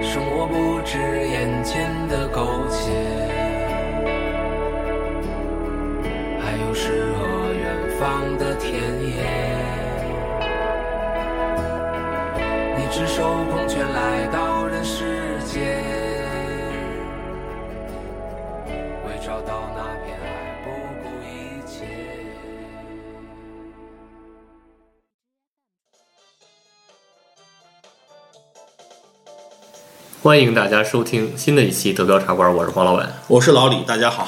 生活不止眼前的苟且，还有诗和远方的田野。你赤手空拳来到人世间，为找到那片爱不顾一切。欢迎大家收听新的一期德标茶馆，我是黄老板。我是老李，大家好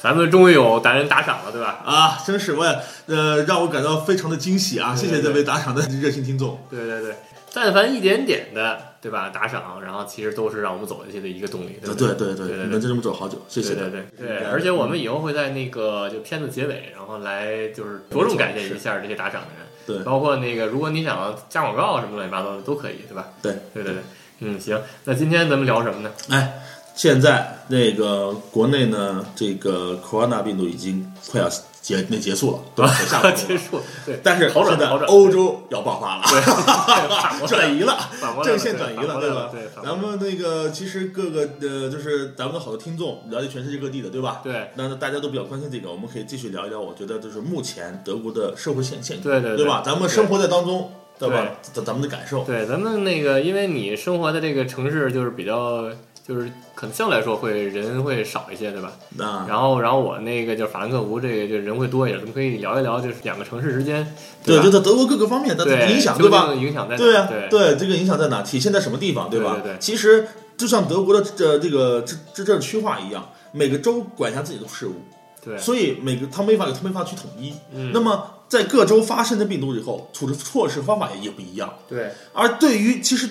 咱们终于有达人打赏了，对吧？啊！真是我也呃，让我感到非常的惊喜啊！谢谢这位打赏的热心听众。对对对，但凡一点点的，对吧？打赏，然后其实都是让我们走下去的一个动力，对不啊对对对对你对们就这么走好久，谢谢。对对对对，而且我们以后会在那个就片子结尾，然后来就是着重感谢一下这些打赏的人，对包括那个如果你想要加广告什么乱七八糟的都可以，对吧？对对对对，嗯，行，那今天咱们聊什 么呢？哎，现在那个国内呢，这个 corona 病毒已经快要结那结 束了，对吧？下结束，对，但是好转现在好转欧洲要爆发了，对， 转移了。反过来了，阵线转移对了，反过来吧了？对，反过来咱了们那个其实各个呃，就是咱们的好多听众了解全世界各地的，对吧？对那大家都比较关心这个，我们可以继续聊一聊。我觉得就是目前德国的社会现现对对对对吧？咱们生活在当中，对吧？咱咱们的感受，对，咱们那个，因为你生活的这个城市就是比较，就是可能相对来说会人会少一些，对吧？那然后，然后我那个就是法兰克福，这个就人会多一点，咱们可以聊一聊，就是两个城市之间，对，吧就？在德国各个方面，它的对影响，究对吧？竟影响在哪对啊，对对，这个影响在哪？体现在什么地方，吧？对对对其实就像德国的这这个自自治区划一样，每个州管辖自己的事务，对所以每个他没法他没法去统一。嗯那么在各州发生的病毒以后，处置措施方法也也不一样。对而对于其实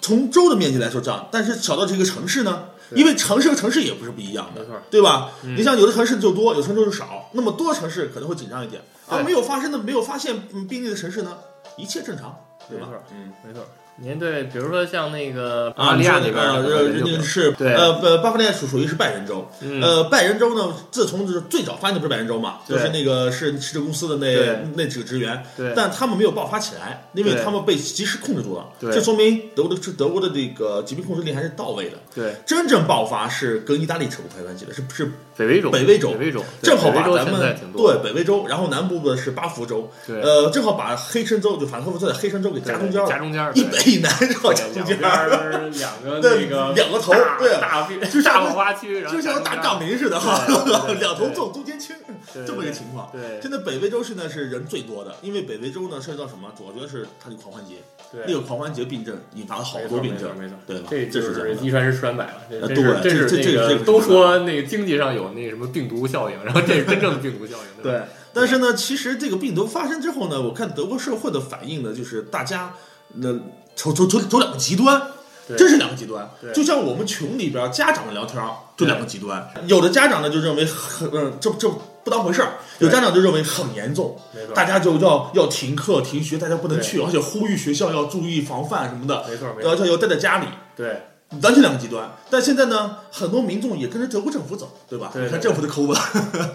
从州的面积来说这样，但是小到这个城市呢，对因为城市和城市也不是不一样没的错，对吧？嗯你像有的城市就多，有的城市就少，那么多城市可能会紧张一点。对而没有发生的、没有发现嗯病例的城市呢，一切正常，对吧没错？嗯。没错。您对，比如说像那个澳啊，大利亚那你边说儿呃，可能人人就比家较，是对呃呃，巴伐利亚属属于是拜仁州，嗯呃，拜仁州呢，自从就是最早发现的不是拜仁州嘛，对就是那个是市政公司的对那那几个职员，对但他们没有爆发起来，因为对他们被及时控制住了。对这说明德国的这德国的这个疾病控制力还是到位的。对真正爆发是跟意大利扯不开关系的，是是北威州，北威州北威州对正好北威把州咱现在们挺多对的，北威州，然后南部的是巴福州，对呃，正好把黑森州就法兰克福州的黑森州给夹中间夹了，中间儿，一对北一南正好夹对中两间边儿，儿两个那对个两个头大对啊大片就大像爆发区，然后就像大中杠铃似的哈对对对，两头对重中间轻对这么一个情况。间儿，对现在北威州现在是人最多的，因为北威州呢涉及到什么？主要是它的狂欢节，对，那个狂欢节病症引发了好没错多病没错症，没错。对吧？这就这是是这样的一传十，十传百了。这呃这是对是这这那这个个都说那个经济上有那什么病毒效应，然后这是真正的病毒效应，吧？对，但是呢，其实这个病毒发生之后呢，我看德国社会的反应呢，就是大家那走走走走两个极端，对这是两个极端对。就像我们群里边家长的聊天儿，对就两个极端。有的家长呢就认为很，嗯，这这不当回事儿；有对家长就认为很严重，没错，大家就要要停课停学，大家不能对去，而且呼吁学校要注意防范什么的，没错没而错，且要待在家里。对完全两个极端，但现在呢，很多民众也跟着德国政府走，对吧？对你看对政府的口吻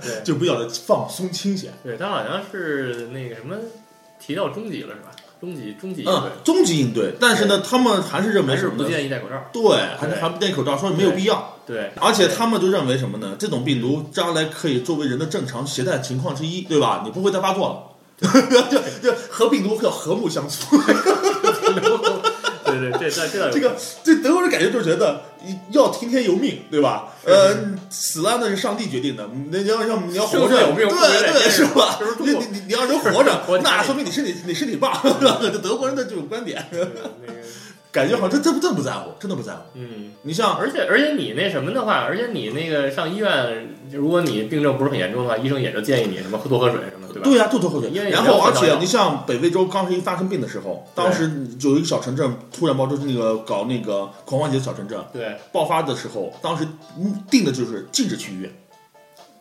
对就比较的放松清闲。对，他好像是那个什么提到中级了是吧？中级中级嗯对，，终极应对，但是呢，他们还是认为还什是么不呢？建议戴口罩。对，还是对还不戴口罩，说没有必要。对，而且他们就认为什么呢？这种病毒将来可以作为人的正常携带情况之一，对吧？你不会再发作了。 就就和病毒要和睦相处， 对对，这这这倒有这个这德国人感觉就觉得要听天由命，对吧？呃，死了那是上帝决定的，那你要要你要生活死着有嗯命不为对人对是是吧吧这是？中你国你你你要人活着活，着 那说明你身体你身体棒，这德国人的这种观点。对那个感觉好像真真真不在乎，真的不在乎。嗯，你 像而且而且你那什么的话，而且你那个上医院，如果你病症不是很严重的话，医生也就建议你什么多喝水什么，对吧？对呀、就多喝水因为。然你要后，而知道且要你像北魏州刚一发生病的时候，当时有一个小城镇突然爆出那个搞那个狂欢节的小城镇对，爆发的时候，当时嗯定的就是禁止去医院，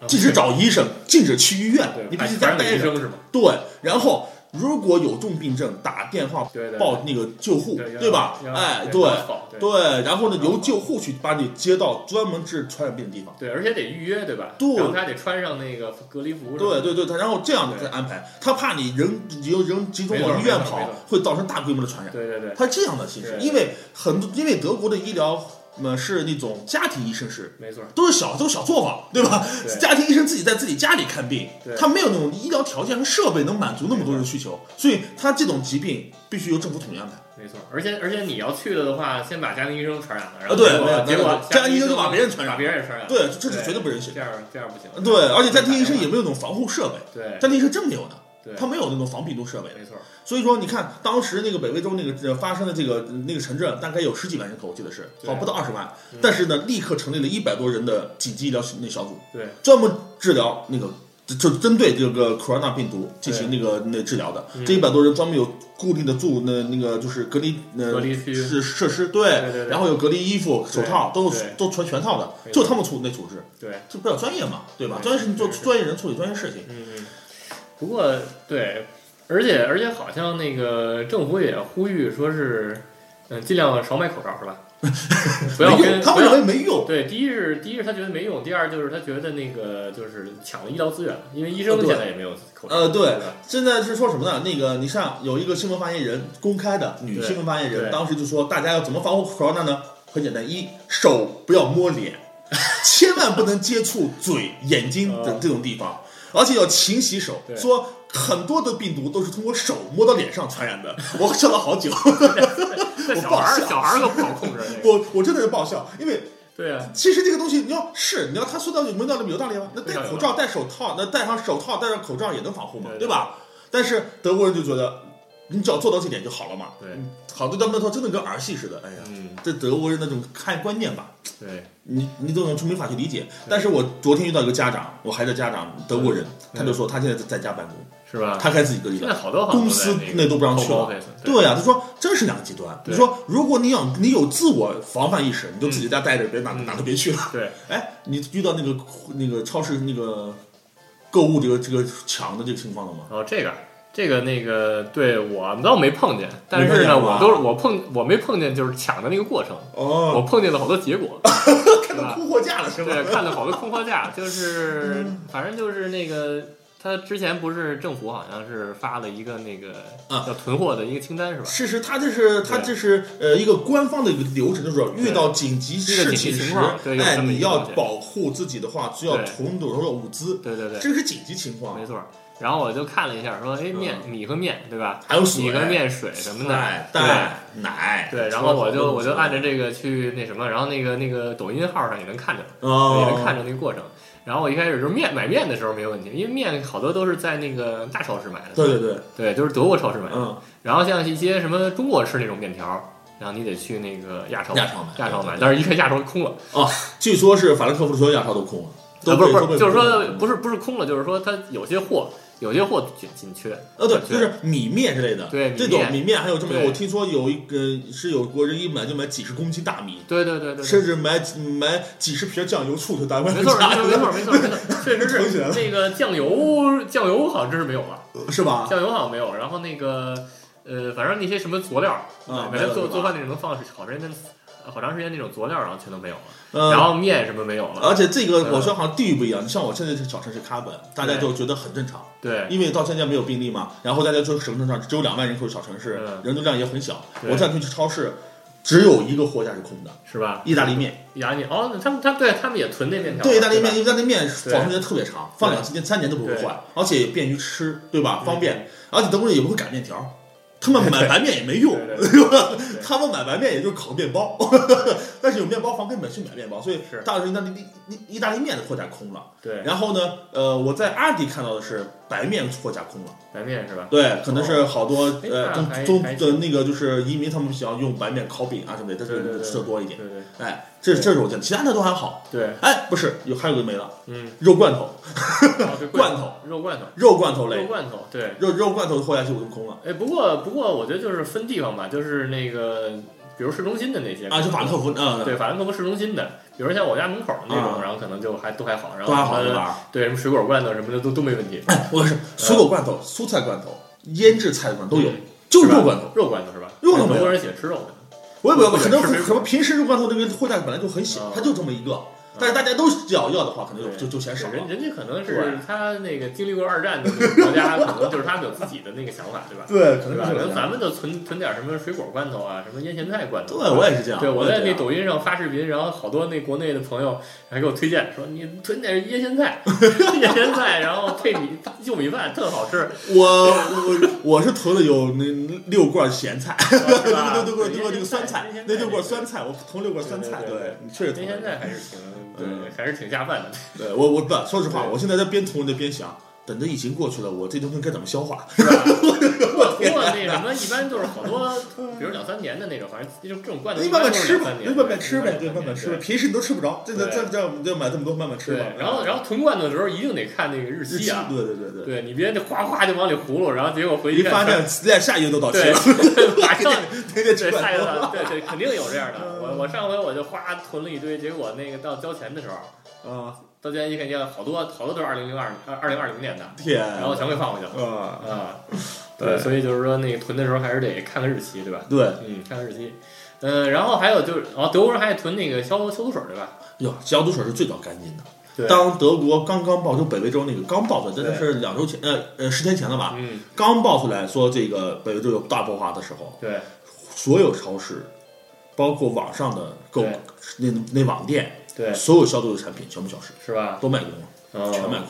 嗯禁止找医生，禁止去医院对，，你必须在家反正待医着。生是吗？对，然后如果有重病症，打电话对对报那个救护，对对吧？要哎，对对要好对对，然后呢，要由好救护去把你接到专门治传染病的地方。对，而且得预约，对吧？对然后他得穿上那个隔离服。是吧对，对对，他然后这样再安排，他怕你人人人集中没错往医院没错没跑错，会造成大规模的传染。对对对，他这样的其实，对因为很多因为德国的医疗呃是那种家庭医生是。没错，都是小都是小作坊，对吧？对家庭医生自己在自己家里看病对，他没有那种医疗条件和设备能满足那么多人的需求，所以他这种疾病必须由政府统一安排。没错。而且而且你要去了的话，先把家庭医生传染了，然后啊对结果对对结果对家庭医生就把别人传染把别人也传染了。对，这是绝对不允许的。这样这样不行。对，而且家庭医生也没有那种防护设备，对家庭医生真没有的，对，他没有那种防病毒设备。没错，所以说，你看当时那个北魏州那个呃发生的这个那个城镇，大概有十几万人口，我记得是，对好不到二十万嗯。但是呢，立刻成立了一百多人的紧急医疗那小组，对专门治疗那个就就针对这个 corona 病毒进行那个那治疗的。嗯这一百多人专门有固定的住那那个就是隔离呃隔离区设设施，对对对然后有隔离衣服、手对套，都对都全全套的，没错就他们处那处置，对，这比较专业嘛，对吧？对专业事情做是是专业人处理专业事情，嗯嗯。不过对，而且而且好像那个政府也呼吁说是，嗯，尽量少买口罩是 吧？不要没跟用，他不们要认为没用。对，第一是第一是他觉得没用，第二就是他觉得那个就是抢了医疗资源，因为医生呃对现在也没有口罩。呃，对吧，现在是说什么呢？那个，你像有一个新闻发言人，公开的女对新闻发言人，对当时就说大家要怎么防护 corona 呢？很简单，一手不要摸脸， 千万不能接触嘴、眼睛等哦这种地方，而且要勤洗手。对说很多的病毒都是通过手摸到脸上传染的，我笑了好久， 那 我小爆孩儿笑小孩儿可不好控制这个。 我我真的是爆笑，因为对啊，其实这个东西，你要是你要他说到有没有道理，有道理吗？啊那戴非常有口道罩、戴手套，那戴上手套、戴上口罩也能防护嘛，对对对吧？但是德国人就觉得，你只要做到这点就好了嘛。对嗯，好多他们说真的跟儿戏似的。哎呀，嗯，这德国人那种看观念吧，对，你你都能就没法去理解。但是我昨天遇到一个家长，我孩子家长德国人，嗯他就说他现在在家办公，是吧？他开自己隔离现 了在。好多好多公司那内都不让去了，对啊呀、他说这是两个极端。对你说如果你有你有自我防范意识，你就自己在家待着，别哪嗯哪都别去了。对，哎，你遇到那个那个超市那个购物这个这个墙的这个情况了吗？哦，这个这个那个，对我倒没碰见，但没碰是见呢，吗我都是我碰我没碰见就是抢的那个过程，我哦，碰见了好多结果， 对看到吧？铺货架了是吧？对， 看了好多空货架，就是嗯反正就是那个。他之前不是政府好像是发了一个那个啊叫囤货的一个清单是吧？是是，他这是他这是呃一个官方的一个流程，就是遇到紧急这个紧事急情情时况，对有哎，这么一你个要东西保护自己的话，就要对囤多少物资，对对对，这个是紧急情况没。错。然后我就看了一下，说，哎，面米和面对吧？还有嗯水米和面水什么哎的，对蛋、奶，对。然后我就我就按着着这个去那什么，然后那个那个抖音号上也能看着，也能看哦，着那个过程。然后我一开始就是面买面的时候没问题，因为面好多都是在那个大超市买的，对对对，对，都是德国超市买的。嗯，然后像一些什么中国式那种面条，然后你得去那个亚超亚超买亚超买对对，对但是一看亚超空了。据说是法兰克福所有亚超都空了，都啊，不是被不都被是，就是空说了不是不是空了，就是说它有些货有些货紧紧缺，呃，对，对就是米面之类的，对米这种面米面还有这么，对我听说有一个是有国人一买就买几十公斤大米，对对对对对，甚至买买几十瓶酱油醋都单位 没错，没家错，没错，没错，没错，确实同学是了那个酱油，酱油好像真是没有了，是 吧？酱油好像没有。然后那个呃，反正那些什么佐料，啊反正没有做了做饭那种能放好时间的，好长时间那种佐料，然后全都没有了。嗯然后面什么没有了，而且这个嗯我说好像地域不一样，你像我现在这个小城市喀本，大家就觉得很正常，对，因为到现在没有病例嘛，然后大家说什么正常，只有两万人口的小城市，嗯人流量也很小。对我这两天去超市，只有一个货架是空的，是吧？意大利面。意大利面哦，他们他对他们也囤那面条，对意大利吧面，，意大利面对保存时间特别长，放两年、三年都不会对坏，而且也便于吃，对吧？嗯方便，而且德国人也不会擀面条，他们 买白面也没用， 对对对吧？他们买白面也就是烤面包， 但是有面包房可以买去买面包，所以是大部分意大利意意大利面的货架空了。对，然后呢，呃，我在阿迪看到的是白面货架空了。白面是吧？对，可能是好多、哦哎呃那中还中还的那个就是移民，他们喜欢用白面烤饼啊什么的，在这对对里对，吃的多一点。对对哎，这这是我见，其他的都还好。对，哎，不是，有还有一个没了，嗯，肉罐头，哦对罐头肉罐头肉罐头肉类，罐头对。肉肉罐头后来就空了哎，不过不过，我觉得就是分地方吧，就是那个，比如市中心的那些啊，就法兰克福，嗯，对，法兰克福市中心的，比如像我家门口那种，啊然后可能就还都还好，然后都还好什么对吧？对，什么水果罐头什么的都都没问题，哎， 我是呃水果罐头、蔬菜罐头、腌制菜罐头都有嗯，就是吧肉罐头。肉罐头是吧？肉罐头很没有多人喜欢吃肉的，我也不知道，对可能是没可能平时肉罐头那个货架本来就很小啊，它就这么一个，但是大家都要要的话，可能就对就就嫌少人了。人家可能对是他那个经历过二战的那个国家，可能就是他们有自己的那个想法，对吧？对，可对能吧？是可这能样咱们就存存点什么水果罐头啊，什么腌咸菜罐对，头啊。我也是这样。对，我在那也是这样抖音上发视频，然后好多那国内的朋友还给我推荐说，你囤点腌咸菜，腌咸菜，然后配米就米饭，特好吃，我我 我是囤了有那六罐咸菜，对对吧？ 对对对腌对，那咸个酸菜腌咸，那六罐这个酸菜，我囤六罐酸菜，对对对对，你确实囤腌了咸。菜还是挺对嗯，还是挺下 饭的。对我我不说实话，对我现在在边囤着边想，等着疫情过去了，我这东西该怎么消化？是吧？ 不过那什么，一般就是好 多，比如两三年的那种，反正就这种罐头，你一般慢慢都吃是吧两三，就年慢慢吃呗，对，对，慢慢吃呗。对。平时你都吃不着，这这对这这我们就买这么多，慢慢吃吧啊对，。然后然后囤罐头的时候一定得看那个嗯日日期期，啊，对对对对。对你别就哗哗就往里葫芦，然后结果回一去看发现在下一个都到期对了，，马 上天天对吃饭下一个对对肯定有这样的。我我上回我就哗囤了一堆，结果那个到交钱的时候，啊！到交钱一看见好多好多都是二零零二二零二零年的，天然后全给放回去了啊！啊。对对，所以就是说那个囤的时候还是得看看日期，对吧？对，嗯，看日期。嗯，然后还有就是，哦，德国人还囤那个消消毒水，对吧？哟，消毒水是最早干净的。对当德国刚刚爆，就北威州那个刚爆出来，真的是两周前，呃呃，十天前了吧？嗯，刚爆出来说这个北威州有大爆发的时候，对，所有超市，包括网上的购对那那网店，对，所有消毒的产品全部消失，是吧？都卖空了，嗯，全卖空。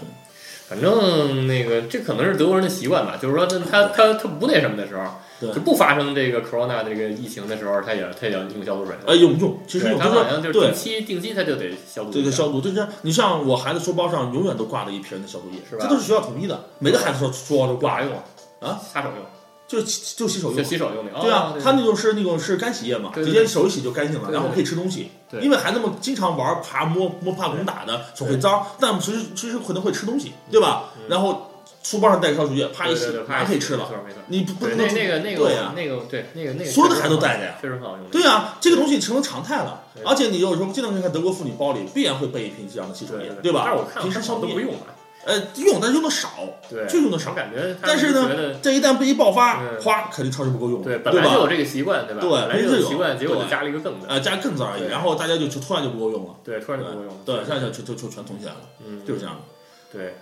反正那个这可能是德国人的习惯吧，就是说他他他他不那什么的时候，对就不发生这个 corona 这个疫情的时候，他也他也要用消毒水。哎，用不用？其实对，用他好像就是是定对期定期他就得消毒这一个下。消毒，就是你像我孩子书包上永远都挂着一瓶的消毒液，是吧这都是学校统一的，每个孩子书包都不挂咋着，用啊，擦手用，就就洗手就用。洗手用的。对啊哦，他那种是那种是干洗液嘛，对直对接对手一洗就干净了，对对然后可以吃东西。对因为孩子们经常玩爬摸摸爬滚打的，手会脏，但随时随时可能会吃东西，对吧？嗯然后书包上带消毒液，啪一对洗对对，马上可以吃没了。错没错。你不不对，能那那个那个对啊呀我那个对那个那个，所有的孩子都带着呀。确实很好用。对啊，这个东西成了常态了，对而且你有时候经常看德国妇女包里必然会备一瓶这样的洗手液，对吧？但是我看平时消都毒不液，用了，呃，用但是用的少，对，就用的我少。感觉他但是呢们就觉得，这一旦被一爆发，嗯哗，肯定超市不够用了，对，对本来就吧？有这个习惯，对吧？对本来就本身有就习惯，有结果对就加了一个更字，呃，加更字而已，对然后大家就就突然就不够用了，对，突然就不会用了，对，现在就就就就全捅起来了，嗯，就是这样的。对。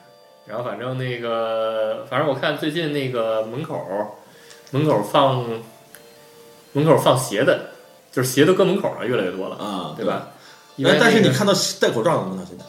然后反正那个，反正我看最近那个门口，门口放，门口放鞋的，就是鞋都搁门口了，越来越多了，啊，对？吧？因为哎，但是那你个看到戴口罩的吗？现在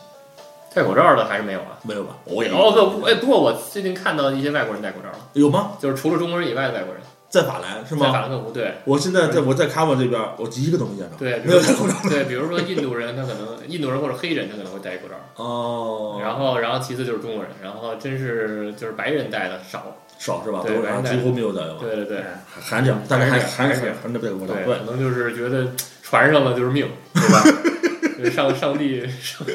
戴口罩的还是没有啊？没有吧？我也哦不，哎，不过我最近看到一些外国人戴口罩了，有吗？就是除了中国人以外的外国人，在法兰是在法吗？兰克福对，我现在在我在卡瓦这边，我一个都没见着，对没有戴口罩。对，比如说印度人，他可能印度人或者黑人，他可能会戴一口罩。哦，然后，然后其次就是中国人，然后真是就是白人戴的少。少是吧？对德国人白几人乎没有戴吧？对对对含着，但是还含着含着含着戴口罩。对，对可，能就是觉得传上了就是命，对吧？ 就是上上帝上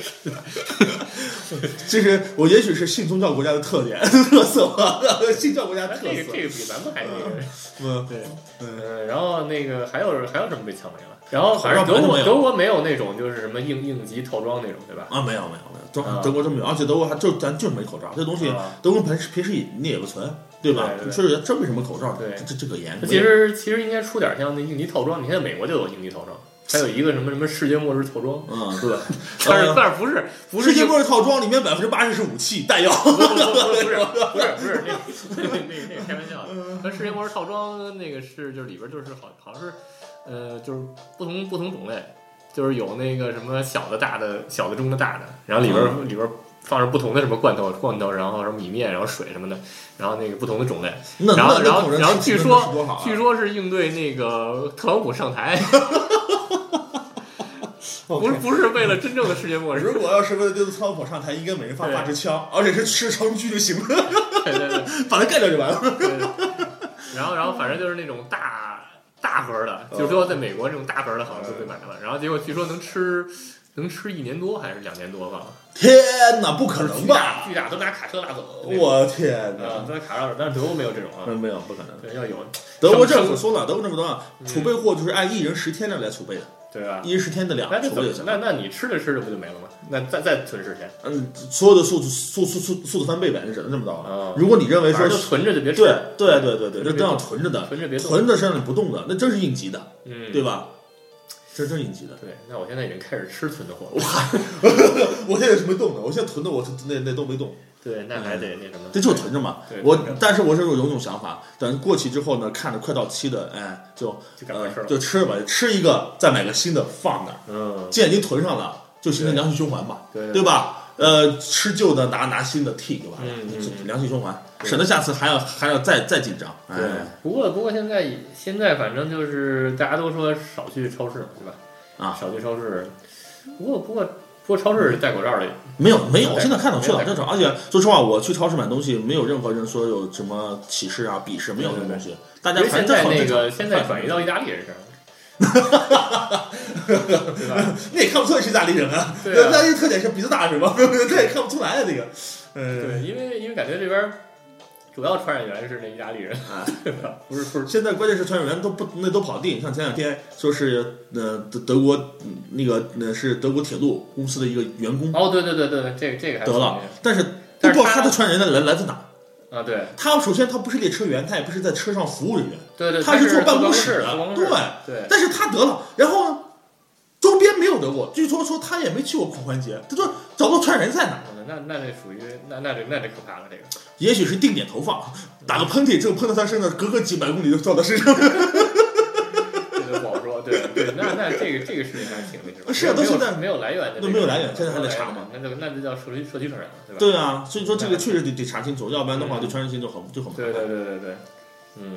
这是我也许是信宗教国家的特点 特色吧，信教国家这特个哎这个色。比咱们还那个。嗯，对，嗯，嗯，然后那个还有还有什么被抢没了？然后反正好像德没国有德国没有那种就是什么应应急套装那种，对吧？啊，没有没有没有，德啊德国真没有，而且德国还就咱就是没口罩，这东西啊德国平时平时也你也不存，对吧？对对对说实在，真没什么口罩，对这这个严。其实其实应该出点像那应急套装，你看美国就有应急套装，还有一个什么什么世界末日套装，嗯，对，但是呃但是不是不是世界应末日套装里面百分之八十是武器弹药，不是不是不是不是不是那那那那开玩笑嗯的。那世界末日套装那个是就是里边就是好好像是呃就是不同不同种类，就是有那个什么小的大的小的中的大的，然后里边、嗯里边放着不同的什么罐头罐头，然后什么米面，然后水什么的，然后那个不同的种类。 那然后那然那口后人然后吃据吃说吃多好啊 据说是应对那个特朗普上台。不是 OK。不是为了真正的世界末如 日，果要是为了对特朗普上台，应该每人发对发支枪，而且是持长狙就行了， 对对对把他干掉就完了。对。然后然后反正就是那种大大盒儿的，就是说在美国这种大盒儿的好像都被买了，然后结果据说能吃能吃一年多还是两年多吧，天哪，不可就是能巨大吧！巨大都拿卡车拉走的那种。我嗯天啊，哪，都拿卡车，但是德国没有这种啊没，没有不可能。对，要有德国政政府说了，德国政府说了，储备货就是按一人十天量来储备的，对吧？一人十天的量那这怎储备么就？行那了。那你吃着吃着不就没了吗？那再再存十天，嗯，所有的速度速速速速度翻倍呗，只能这么啊着。如果你认为反说正就存着就别吃，对对对对对，存着这别都要动囤着的，存着别动囤着是让你不动的，那真是应急的，嗯，对吧？这真是应急的。对，那我现在已经开始吃存的货了。 我现在是没动的，我现在囤的我那那都没动，对，那还得那什么？嗯这就是囤着嘛对。我囤着但是我是有一种想法，等过期之后呢，看着快到期的，哎，就就赶快吃呃了就吃吧，吃一个再买个新的放那儿。嗯，既然已经囤上了，就形成对良性循环吧，嗯对对对吧？呃，吃旧的拿拿新的替就完了嗯，嗯就嗯良性循环，对省得下次还要还要再再紧张。对哎，。不过不过现在也现在反正就是大家都说少去超市嘛，对吧？啊少去超市。不过不过不过超市戴口罩的，没有没有，对现在看到没去有了正常，而且说实话，我去超市买东西，没有任何人说有什么歧视啊、鄙视，没有这对种对东西。大家因为反现正在很那正个常现在转移到意大利人身上 了，对吧？那也看不出来是意大利人啊，对啊那那特点是鼻子大是吧？ 这也看不出来啊，这个，嗯，对，因为因为感觉这边儿主要传染源是那意大利人，啊，对吧？不是不是，现在关键是传染源都不那都跑地，像前两天说是呃德德国嗯那个那是德国铁路公司的一个员工哦，对对对对对，这个这个还得了挺，但是不但知是道他他的传染源来来自哪儿。那啊，对他首先他不是列车员，他也不是在车上服务人员，对对，他是坐办公公室坐办的，公对室，对，但是他得了，然后呢，周边没有得过，据说说他也没去过狂欢节，他说找到传染人在哪儿，我的嗯那那这属于那那这那这可怕了，这个也许是定点投放，打个喷嚏，这个喷到他身上，隔个几百公里就照到身上，这都不好说，对对，那那这个这个事情还是挺那什么，是啊没有都现在没有来源的这个，都没有来源现在还得查嘛嘛，那就那就叫社区社区传染了，对吧？对啊，所以说这个确实得得查清楚，要不然的话对传染性就很就很麻烦。对对对对对，嗯，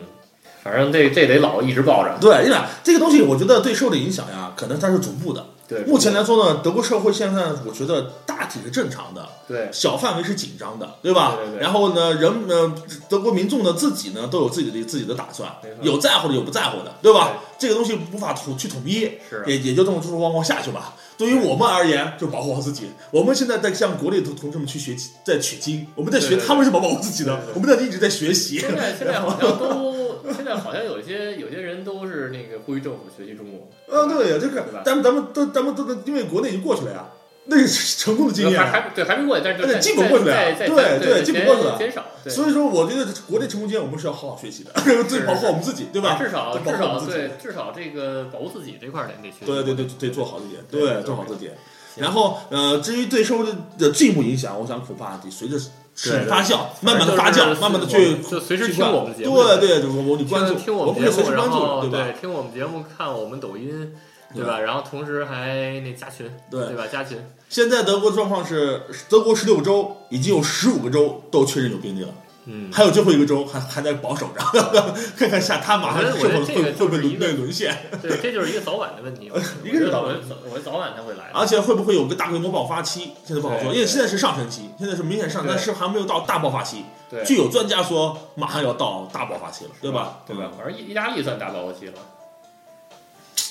反正这这得老一直抱着，对，因为这个东西，我觉得对社会的影响呀，可能它是逐步的。对，目前来说呢，德国社会现在我觉得大体是正常的，对小范围是紧张的，对吧？对对对然后呢，人呃，德国民众呢自己呢都有自己的自己的打算没，错有在乎的，有不在乎的，对吧？这个东西无法统去统一，是啊也也就这么就是往往下去吧。对于我们而言，就保护好自己。我们现在在向国内的同志们去学，在取经，我们在学对对对他们是怎么保护自己的对对，我们在一直在学习。现在现在好像都，现在好像有些有些人都是那个呼吁政府学习中国。啊，对呀，这个对吧咱们咱们都咱们都因为国内已经过去了呀，那是成功的经验还啊。还对还没过去，但是就而且在基本过去了啊在在对在对基本过去减了减少，对所以说，我觉得国内成功经验我们是要好好学习的， 最保护我们自己，对吧？至少都至保护我少们自己对至少这个保护自己这块儿得得学习。对对对，得做好这点，对对对，做好这点。然后呃，至于对社会的进一步影响，我想恐怕得随着事对情对发酵，慢慢的就是发酵，慢慢的去就随时去听关我们的节目，对对，就是我你听，关注，听我们们节会随目，时关然注，后吧？听我们节目，看我们抖音，对吧？然后同时还那加群，对对吧？加群，现在德国状况是，德国十六州已经有十五个州都确认有病例了，嗯，还有最后一个州还还在保守着， 看看下他马上我觉得是否我觉得这个会会不就会是一沦个被沦陷。对，这就是一个早晚的问 题。一个是早我晚啊觉得我我早晚它会来的。而且会不会有个大规模爆发期？现在不好对说，因为现在是上升期，现在是明显上升，对但是还没有到大爆发期。对，据有专家说，马上要到大爆发期了，对吧？对吧嗯？？反正意意大利算大爆发期了。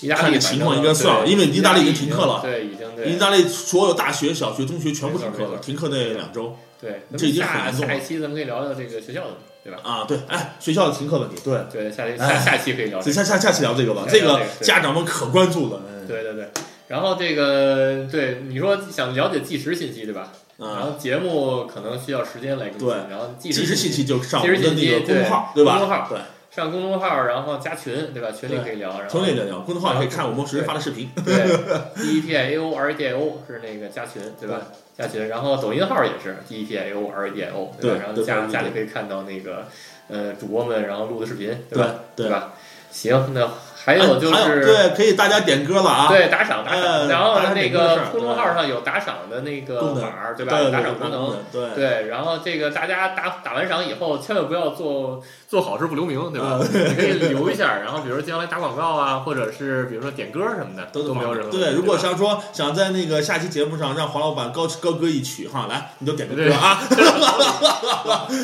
意大看利这反情正况应该算了对因为意意大大利已经经停课了对，已经对，意大利所有大学、小学、中学全部停课没错没了，错停课那两周对。那这么已经很下严重下了一期咱们可以聊聊这个学校的，对吧？啊。对，哎，学校的停课问题，对，对，下一下哎下期可以聊这所以个。下下下期聊这个吧，下期这聊个这个对家长们可关注了。哎对对对。然后这个对你说想了解计时信息对吧？然啊，后节目可能需要时间来更新，对然后计即时时信息息就上我即时们的信息那个公众号，对吧？公众号对，上公众号，然后加群对吧？群里可以聊，然后从那里聊，公众号也可以看我们随时发的视频。对，D E P I A O R D I O 是那个加群，对吧？加群，然后抖音号也是 D E P I A O R D I O，吧？对然后对家对家里可以看到那个呃主播们然后录的视频，对吧？对对，吧？行，那还有就还有是对，可以大家点歌了啊。对，打赏打呃赏，然后打赏那点歌的事个儿公众号上有打赏的那个功能码儿，对对吧？有对，打赏功功能。能，对对，然后这个大家打打完赏以后，千万不要做做好事不留名，对吧？嗯你可以留一下，然后比如说将来打广告啊，或者是比如说点歌什么的，都都没有什么问题。对，如果吧 想说想在那个下期节目上让黄老板高高歌一曲哈，来你就点个对歌啊，不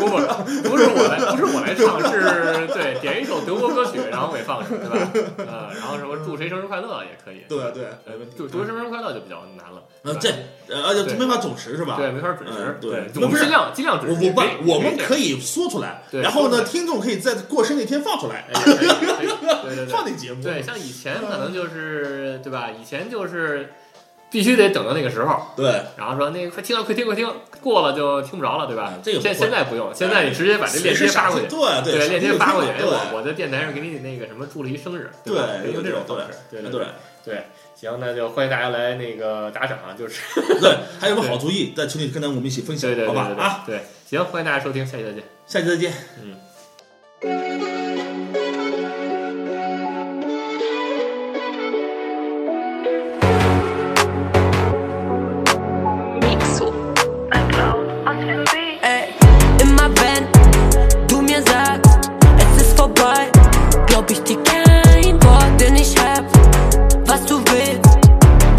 不不是我来，不是我来唱，是对点一首德国歌曲，然后给放上，对吧？呃，然后什么祝谁生日快乐也可以。 对对，呃，祝祝谁生日快乐就比较难了。那对吧这呃而且对没法总时是吧？对没法准时嗯，对我不们是尽量尽量我准时。我也们也我们这样可以说出来，对然后说出呢，来听众可以在过生那天放出来，哎可以可以对对对，放那嗯节目。对，像以前可能就是对吧？以前就是必须得等到那个时候，对然后说那个快听了，快听，快听，过了就听不着了，对吧哎？这个不现会嗯现在不用，现在你直接把这链接发过去，对对，链接发过去，哎，我对我在电台上给你那个什么祝了一生日，吧对对嗯有这种方式，对对对。行，那就欢迎大家来那个打赏啊， 就是对对，还有什么好主意，在群里跟咱我们一起分享对对，好对吧？对对，啊，行，欢迎大家收听，下期再见。下期再见。 Ey, in my Band, du mir sagst, es ist vorbei. Glaub ich dir kein Wort, denn ich hab, was du willst.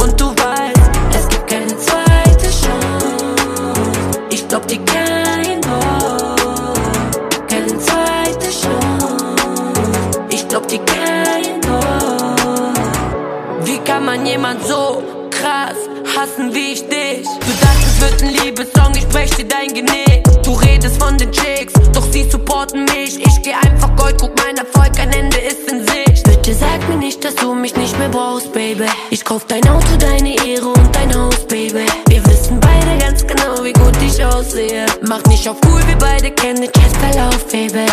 Und du weißt, es gibt keine zweite Chance. Ich glaub dir kein Wort, keine zweite Chance. Ich glaub dir kein Wort. Wie kann man jemand so krass hassen wie ich dich? Du dachtest, es wird ein Liebessong, ich brech dir dein Genick. Du redest von den Chicks, doch sie supporten mich. Ich geh einfach Gold, guck mein Erfolg, kein Ende ist in Sicht. Bitte sag mir nicht, dass du mich nicht mehr brauchst, Baby. Ich kauf dein Auto, deine Ehre und dein Haus, Baby. Wir wissen beide ganz genau, wie gut ich aussehe. Mach nicht auf cool, wir beide kennen den Chatverlauf, Baby.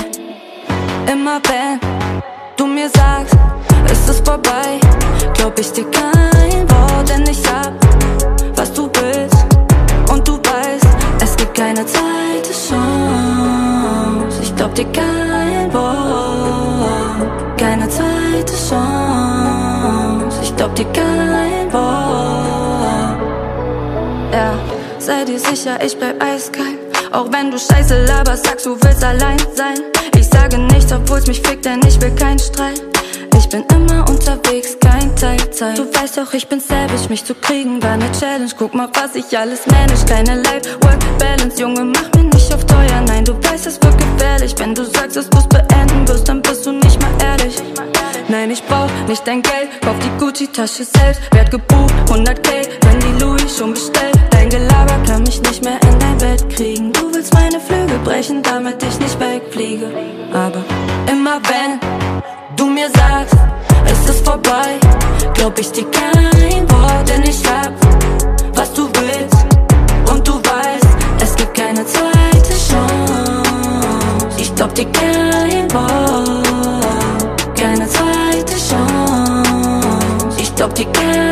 Immer wenn du mir sagst, es ist vorbei, glaub ich dir kein Wort, denn ich hab, was du willst. Und du weißt, es gibt keine zweite Chance. Ich glaub dir kein Wort, keine zweite Chance. Ich glaub dir kein Wort. Ja, sei dir sicher, ich bleib eiskalt. Auch wenn du Scheiße laberst, sagst du willst allein sein. Ich sage nichts, obwohl's mich fickt, denn ich will keinen Streit. Ich bin immer unterwegs, kein Teilzeit. Du weißt doch, ich bin savage, mich zu kriegen war ne Challenge. Guck mal, was ich alles manage. Deine Life, Work, Balance, Junge, mach mir nicht auf teuer. Nein, du weißt, es wird gefährlich. Wenn du sagst, es muss beenden wirst, dann bist du nicht mal ehrlich. Nein, ich brauch nicht dein Geld, kauf die Gucci-Tasche selbst. Wert gebucht, 100k, wenn die Louis schon bestellt. Dein Gelaber kann mich nicht mehr in dein Bett kriegen. Du willst meine Flügel brechen, damit ich nicht wegfliege. Aber immer wenn du mir sagst, es ist vorbei, glaub ich dir kein Wort, denn ich hab, was du willst. Und du weißt, es gibt keine zweite Chance. Ich glaub dir kein Wort, keine zweite Chance. Ich glaub dir kein